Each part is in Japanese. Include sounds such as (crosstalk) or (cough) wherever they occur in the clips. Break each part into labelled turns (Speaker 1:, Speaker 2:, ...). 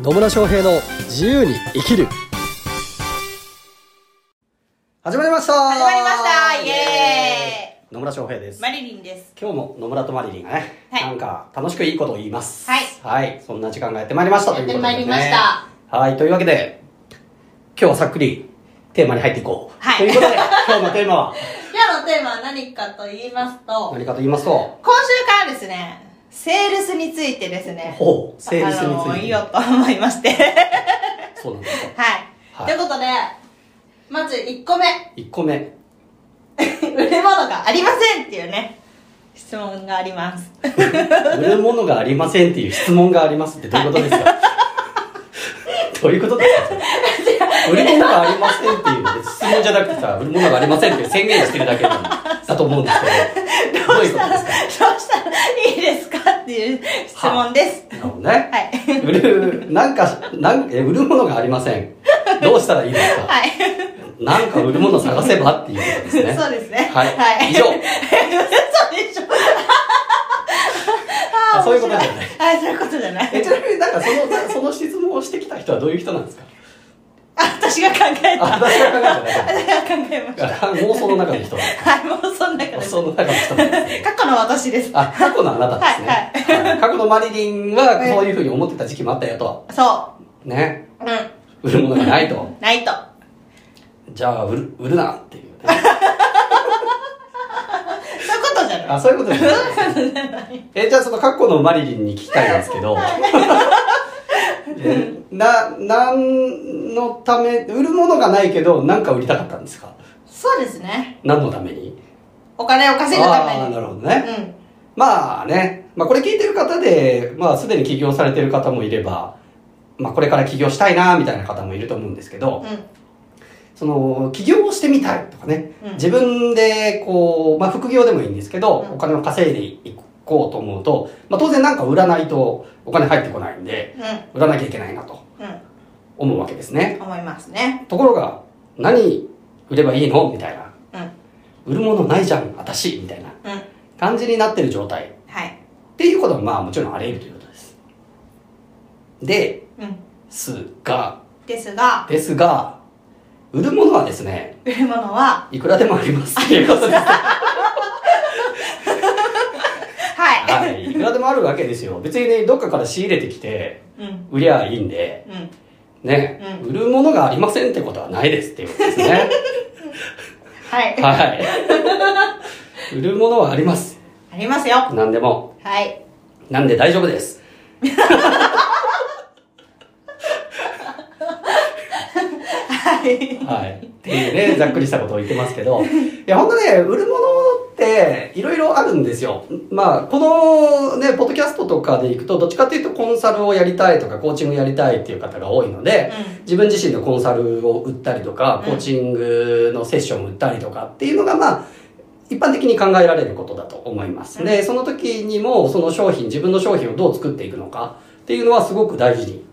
Speaker 1: 野村翔平の自由に生きる始まりました
Speaker 2: 始まりましたイエ
Speaker 1: 野村翔平で
Speaker 2: ー
Speaker 1: す
Speaker 2: イマリリンです
Speaker 1: 今日も野村とマリリンがね、
Speaker 2: はい
Speaker 1: なんか楽しくいいことを言います
Speaker 2: はい
Speaker 1: はいそんな時間がやってまいりましたということで、ね、
Speaker 2: やってまいりました
Speaker 1: はいというわけで今日はさっくりテーマに入っていこう、
Speaker 2: はい
Speaker 1: ということで今日のテーマは
Speaker 2: 今日のテーマは何かと言いますと
Speaker 1: 何かと言いますと
Speaker 2: 今週からですねセールスについてですね
Speaker 1: ほうセールスにつ
Speaker 2: あの
Speaker 1: いて
Speaker 2: いようと思いま
Speaker 1: (laughs)
Speaker 2: して
Speaker 1: そうなんですよ
Speaker 2: はい、
Speaker 1: はい
Speaker 2: ということでまず1個目 (laughs)
Speaker 1: 1個目
Speaker 2: 売れ物がありませんっていうね質問があります
Speaker 1: 売るものがありませんっていう質問がありますってどういうことですか (laughs) どういうことですか売るものがありませんっていうので質問じゃなくてさ売るものがありませんって宣言してるだけなんだと思うんですけどどういうことです (laughs) か
Speaker 2: どうしたらいいですかっていう質問です
Speaker 1: なるほどね、
Speaker 2: はい
Speaker 1: 売るなんかなんえ売るものがありませんどうしたらいいですか、
Speaker 2: はい、
Speaker 1: なんか売るもの探せばっていうことですね
Speaker 2: (laughs) そうですね
Speaker 1: はい、
Speaker 2: はい
Speaker 1: 以上
Speaker 2: (laughs) そうでしょあー
Speaker 1: あそういうこと
Speaker 2: 面
Speaker 1: (laughs)
Speaker 2: 白
Speaker 1: じゃない
Speaker 2: はいそういうことじゃない
Speaker 1: えちなみになんかそのその質問をしてきた人はどういう人なんですか
Speaker 2: あ私が考え
Speaker 1: あ
Speaker 2: た
Speaker 1: 私が考えただけ
Speaker 2: 私が考えまし
Speaker 1: あ (laughs) 妄想の中の人
Speaker 2: たはいもうそんな感じ
Speaker 1: その中の人なん
Speaker 2: (laughs)
Speaker 1: ですね
Speaker 2: 過去の私です
Speaker 1: あ、過去のあなたですね。はい過去のマリリンはそういうふうに思ってた時期もあったよと。
Speaker 2: そ
Speaker 1: ね。
Speaker 2: う
Speaker 1: 売
Speaker 2: うん
Speaker 1: るものがないと。
Speaker 2: ないと
Speaker 1: じゃあ、売る、売るなっていう、ね。
Speaker 2: そういうことじゃない
Speaker 1: あ、そういうことじゃないえ、じゃあその過去のマリリンに聞きたいんですけど、えな、なんのため、売るものがないけど、なんか売りたかったんですか
Speaker 2: そうですね
Speaker 1: 何のために
Speaker 2: お金を稼ぐため
Speaker 1: あー
Speaker 2: に
Speaker 1: なるほどね。
Speaker 2: うん
Speaker 1: まあね、まあこれ聞いてる方で、まあすでに起業されてる方もいれば、まあこれから起業したいな、みたいな方もいると思うんですけど、
Speaker 2: う
Speaker 1: その、起業をしてみたいとかね、
Speaker 2: うん
Speaker 1: 自分でこう、まあ副業でもいいんですけど、
Speaker 2: うん
Speaker 1: お金を稼いでいこうと思うと、まあ当然なんか売らないとお金入ってこないんで、
Speaker 2: んうん
Speaker 1: 売らなきゃいけないなと
Speaker 2: う
Speaker 1: 思うわけですね。
Speaker 2: ん思いますね
Speaker 1: ところが、何売ればいいのみたいな。
Speaker 2: うん
Speaker 1: 売るものないじゃん、私みたいな
Speaker 2: うん
Speaker 1: 感じになってる状態。
Speaker 2: はい
Speaker 1: っていうことはまあもちろんあり得るということです。で、
Speaker 2: うん
Speaker 1: すが、
Speaker 2: ですが
Speaker 1: ですが、売るものはですね、
Speaker 2: 売るものはい
Speaker 1: くらでもありますっていうことです。
Speaker 2: はい、
Speaker 1: はい。いくらでもあるわけですよ。別にね、どっかから仕入れてきて、
Speaker 2: うん
Speaker 1: 売りゃいいんで、
Speaker 2: うん
Speaker 1: ね、
Speaker 2: う
Speaker 1: 売るものがありませんってことはないですっていうことです (laughs) ね。
Speaker 2: はい
Speaker 1: はい。売るものはあります。
Speaker 2: ありますよ
Speaker 1: 何でも。
Speaker 2: はい
Speaker 1: なんで大丈夫です。
Speaker 2: はい
Speaker 1: はい。っていうね、ざっくりしたことを言ってますけど。いや、ほんとね、売るものって、いろいろあるんですよ。まあ、このね、ポッドキャストとかで行くと、どっちかっていうとコンサルをやりたいとか、コーチングやりたいっていう方が多いので、
Speaker 2: うん
Speaker 1: 自分自身のコンサルを売ったりとか、
Speaker 2: う
Speaker 1: コ
Speaker 2: ん
Speaker 1: ーチングのセッションを売ったりとかっていうのが、まあ、一般的に考えられることだと思います。で、その時にも、その商品、自分の商品をどう作っていくのかっていうのはすごく大事に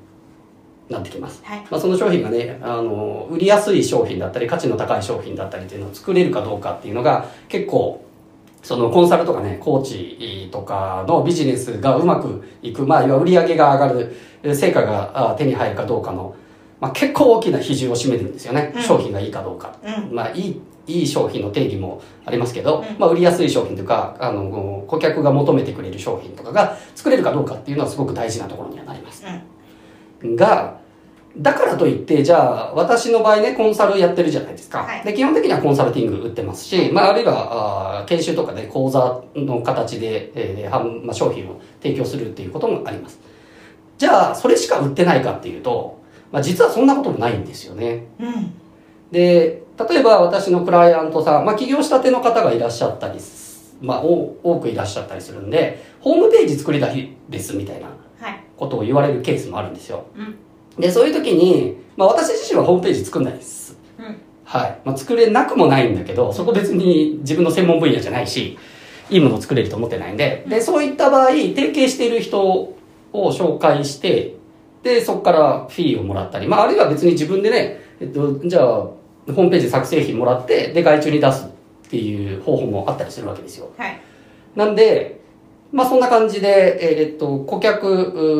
Speaker 1: なってきます。
Speaker 2: はい
Speaker 1: まあ、その商品がねあの売りやすい商品だったり価値の高い商品だったりっていうのを作れるかどうかっていうのが結構そのコンサルとかねコーチとかのビジネスがうまくいくまあいわゆる売り上げが上がるえ成果があ手に入るかどうかの、まあ、結構大きな比重を占めてるんですよね、
Speaker 2: うん
Speaker 1: 商品がいいかどうか
Speaker 2: うん
Speaker 1: まあ、いいいい商品の定義もありますけど、
Speaker 2: うん
Speaker 1: まあ、売りやすい商品とかあの顧客が求めてくれる商品とかが作れるかどうかっていうのはすごく大事なところにはなります、がだからといってじゃあ私の場合ねコンサルやってるじゃないですか、
Speaker 2: はい
Speaker 1: で基本的にはコンサルティング売ってますし、まあ、あるいはあー研修とかね講座の形で、えー販まあ、商品を提供するっていうこともありますじゃあそれしか売ってないかっていうと、まあ、実はそんなこともないんですよね
Speaker 2: うん
Speaker 1: で例えば私のクライアントさん、まあ、起業したての方がいらっしゃったりす、まあ、お多くいらっしゃったりするんでホームページ作りたいですみたいな
Speaker 2: はい
Speaker 1: ことを言われるケースもあるんですよ、
Speaker 2: うん
Speaker 1: でそういう時に、まあ、私自身はホームページ作んないです、
Speaker 2: うん
Speaker 1: はいまあ、作れなくもないんだけどそこ別に自分の専門分野じゃないしいいものを作れると思ってないんででそういった場合提携している人を紹介してでそこからフィーをもらったり、まあ、あるいは別に自分でね、えっと、じゃあホームページ作成費もらってで外注に出すっていう方法もあったりするわけですよ
Speaker 2: はい
Speaker 1: なんで、まあそんな感じで、えーえっと、顧客、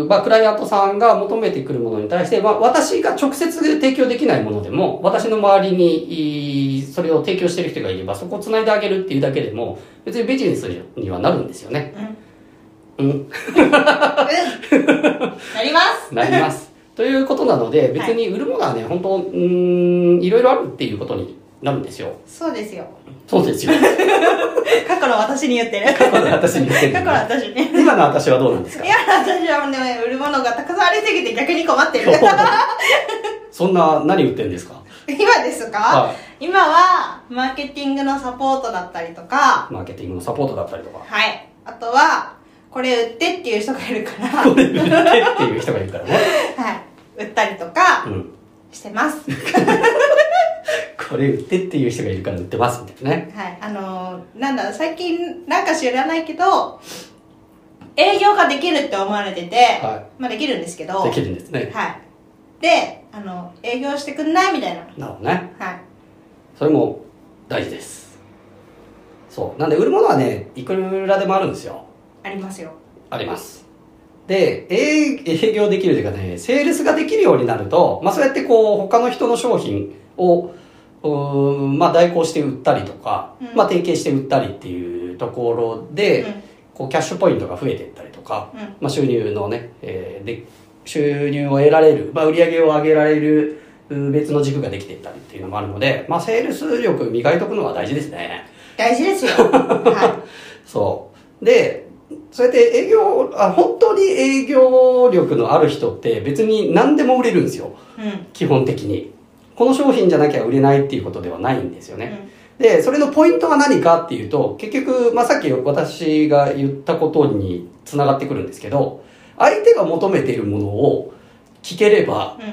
Speaker 1: うまあクライアントさんが求めてくるものに対して、まあ私が直接提供できないものでも、私の周りにいいそれを提供してる人がいれば、そこを繋いであげるっていうだけでも、別にビジネスにはなるんですよね。
Speaker 2: なります
Speaker 1: なり (laughs) ます。ということなので、別に売るものはね、本当うーん、いろいろあるっていうことになるんですよ。
Speaker 2: そうですよ
Speaker 1: そうですよ。
Speaker 2: 過去の私に
Speaker 1: (laughs)
Speaker 2: 言ってる
Speaker 1: 過去の (laughs) 私に言ってる
Speaker 2: 過去の
Speaker 1: (laughs)
Speaker 2: 私ね
Speaker 1: 今の私はどうなんですか
Speaker 2: いや私はね売るものがたくさんありすぎて逆に困ってる
Speaker 1: (laughs) そんな、何売ってんですか
Speaker 2: 今ですか、
Speaker 1: は
Speaker 2: 今はマーケティングのサポートだったりとか
Speaker 1: マーケティングのサポートだったりとか。
Speaker 2: はいあとはこれ売ってっていう人がいるから
Speaker 1: これ売ってっていう人がいるからね。
Speaker 2: はい売ったりとか
Speaker 1: うん。
Speaker 2: してます、
Speaker 1: これ売ってっていう人がいるから売ってますみたいなね。
Speaker 2: はいあのーなんだ最近なんか知らないけど営業ができるって思われてて、
Speaker 1: は
Speaker 2: まあできるんですけど
Speaker 1: できるんですね。
Speaker 2: はいであの営業してくんないみたいな
Speaker 1: なるほどね。
Speaker 2: はい
Speaker 1: それも大事です。そう。なんで売るものはね、いくらでもあるんですよ。
Speaker 2: ありますよ
Speaker 1: あります。で、営営業できるというかね、セールスができるようになると、まあそうやってこう、他の人の商品を、うーんまあ代行して売ったりとか、
Speaker 2: うん
Speaker 1: まあ提携して売ったりっていうところで、
Speaker 2: うん
Speaker 1: こうキャッシュポイントが増えていったりとか、
Speaker 2: うん
Speaker 1: まあ収入のね、えーで、収入を得られる、まあ売り上げを上げられる、うん別の軸ができていったりっていうのもあるので、まあセールス力磨いとくのは大事ですね。
Speaker 2: 大事
Speaker 1: (laughs)
Speaker 2: ですよは
Speaker 1: そう。で、そうやって営業、あ、本当に営業力のある人って別に何でも売れるんですよ。
Speaker 2: いうん
Speaker 1: 基本的に。この商品じゃなきゃ売れないっていうことではないんですよ
Speaker 2: う
Speaker 1: ね。
Speaker 2: ん
Speaker 1: で、それのポイントは何かっていうと、結局、まあ、さっき私が言ったことにつながってくるんですけど、相手が求めているものを聞ければ、
Speaker 2: うん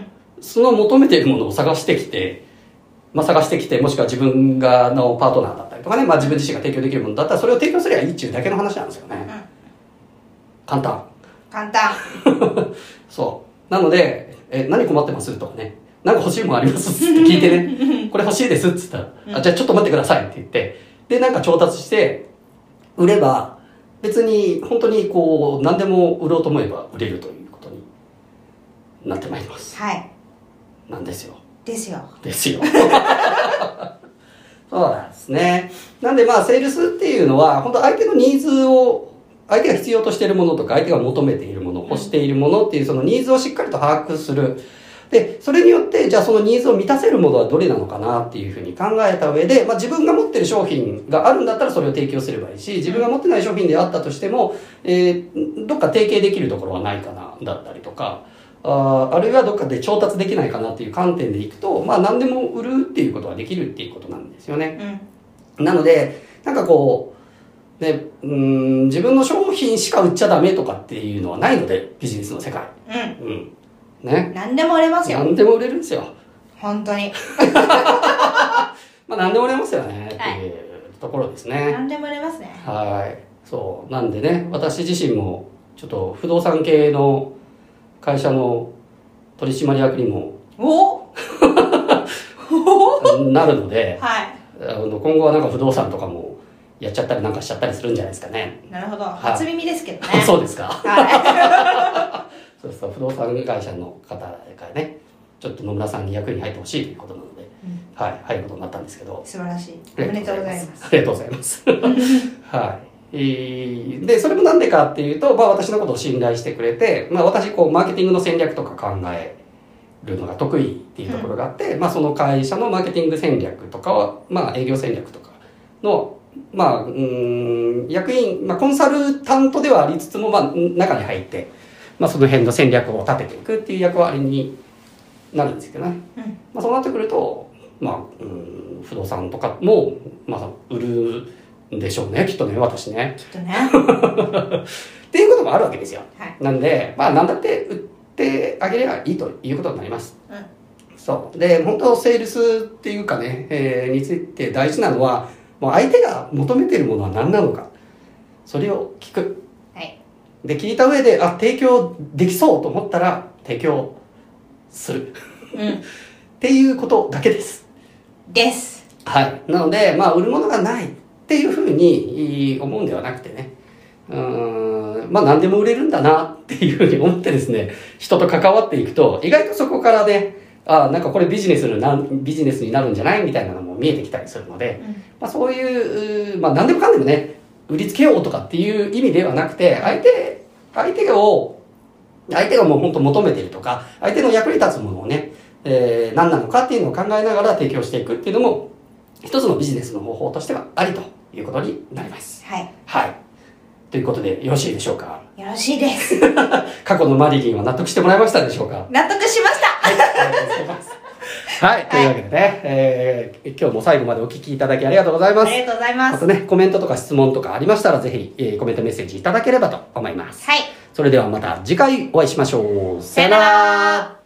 Speaker 1: その求めているものを探してきて、まあ、探してきて、もしくは自分がのパートナーだったりとかね、まあ、自分自身が提供できるものだったら、それを提供すればいいっていうだけの話なんですよね。簡単。 (laughs)
Speaker 2: 簡単
Speaker 1: そう。なので、え、何困ってますとかね、なんか欲しいもんありますって聞いてね、これ欲しいですっつったら、あ、じゃあちょっと待ってくださいって言って、で、なんか調達して、売れば、別に本当にこう、何でも売ろうと思えば売れるということになってまいります。
Speaker 2: (laughs) はい
Speaker 1: なんですよ。
Speaker 2: ですよ
Speaker 1: ですよ。 (laughs) そうなんですね。なんでまあセールスっていうのは本当相手のニーズを相手が必要としているものとか相手が求めているもの欲しているものっていうそのニーズをしっかりと把握する。で、それによって、じゃあそのニーズを満たせるものはどれなのかなっていうふうに考えた上で、まあ自分が持ってる商品があるんだったらそれを提供すればいいし、自分が持ってない商品であったとしても、えーどっか提携できるところはないかな、だったりとか、あーあるいはどっかで調達できないかなっていう観点でいくと、まあ何でも売るっていうことはできるっていうことなんですよね。
Speaker 2: うん
Speaker 1: なので、なんかこう、ね、うーん、自分の商品しか売っちゃダメとかっていうのはないので、ビジネスの世界。
Speaker 2: う
Speaker 1: うん。ね。
Speaker 2: ん何でも売れますよ
Speaker 1: 何でも売れるんですよ。
Speaker 2: 本当に
Speaker 1: まあ何でも売れますよね、
Speaker 2: はい
Speaker 1: っていうところですね。
Speaker 2: 何でも売れますね
Speaker 1: はい。そう。なんでね、私自身も、ちょっと不動産系の会社の取締役にも
Speaker 2: おお
Speaker 1: なるので、
Speaker 2: は
Speaker 1: あの今後はなんか不動産とかもやっちゃったりなんかしちゃったりするんじゃないですかね。
Speaker 2: いなるほど
Speaker 1: い
Speaker 2: 初耳ですけど
Speaker 1: (laughs)
Speaker 2: ね
Speaker 1: そうですか。
Speaker 2: は
Speaker 1: (laughs) そうそう不動産会社の方からねちょっと野村さんに役に入ってほしいということなので、はい入ることになったんですけど
Speaker 2: い素晴らしい
Speaker 1: あ
Speaker 2: おめでとうございます
Speaker 1: ありがとうございます
Speaker 2: (laughs)
Speaker 1: はいえーでそれもなんでかっていうと、まあ、私のことを信頼してくれて、まあ、私こうマーケティングの戦略とか考えるのが得意っていうところがあって、まあ、その会社のマーケティング戦略とかは、まあ、営業戦略とかのまあうーん役員、まあ、コンサルタントではありつつも、まあ、中に入って、まあ、その辺の戦略を立てていくっていう役割になるんですけどね、
Speaker 2: うん
Speaker 1: まあ、そうなってくると、まあ、うーん不動産とかも、まあ、売るんでしょうねきっとね私ね
Speaker 2: きっとね
Speaker 1: っていうこともあるわけですよ
Speaker 2: はい
Speaker 1: なんで、まあ、何だって売ってあげればいいということになります。
Speaker 2: うん
Speaker 1: そう。で、本当、セールスっていうかね、えーについて大事なのは、もう相手が求めてるものは何なのか、それを聞く。
Speaker 2: はい
Speaker 1: で、聞いた上で、あ、提供できそうと思ったら、提供する。
Speaker 2: うん
Speaker 1: っていうことだけです。
Speaker 2: です
Speaker 1: はい。なので、まあ、売るものがないっていうふうにいい思うんではなくてね、うーんまあ何でも売れるんだなっていうふうに思ってですね人と関わっていくと意外とそこからねあなんかこれビジネスのなんビジネスになるんじゃないみたいなのも見えてきたりするので、
Speaker 2: うん
Speaker 1: まあ、そういう、うーまあ、何でもかんでもね売りつけようとかっていう意味ではなくて相手相手を相手がもう本当求めてるとか相手の役に立つものをね、えー何なのかっていうのを考えながら提供していくっていうのも一つのビジネスの方法としてはありということになります。
Speaker 2: は
Speaker 1: はい。ということで、よろしいでしょうか (laughs)
Speaker 2: いよろしいです
Speaker 1: 過去のマリリンは納得してもらいましたでしょうか
Speaker 2: 納得しました
Speaker 1: はい、ありがとうございます。 (laughs) はい、というわけでね、えー今日も最後までお聞きいただきありがとうございま
Speaker 2: あ
Speaker 1: す。
Speaker 2: りがとうございま
Speaker 1: ますたね、コメントとか質問とかありましたら、ぜひ、えーコメントメッセージいただければと思います。
Speaker 2: はい
Speaker 1: それではまた次回お会いしましょう。
Speaker 2: さよなら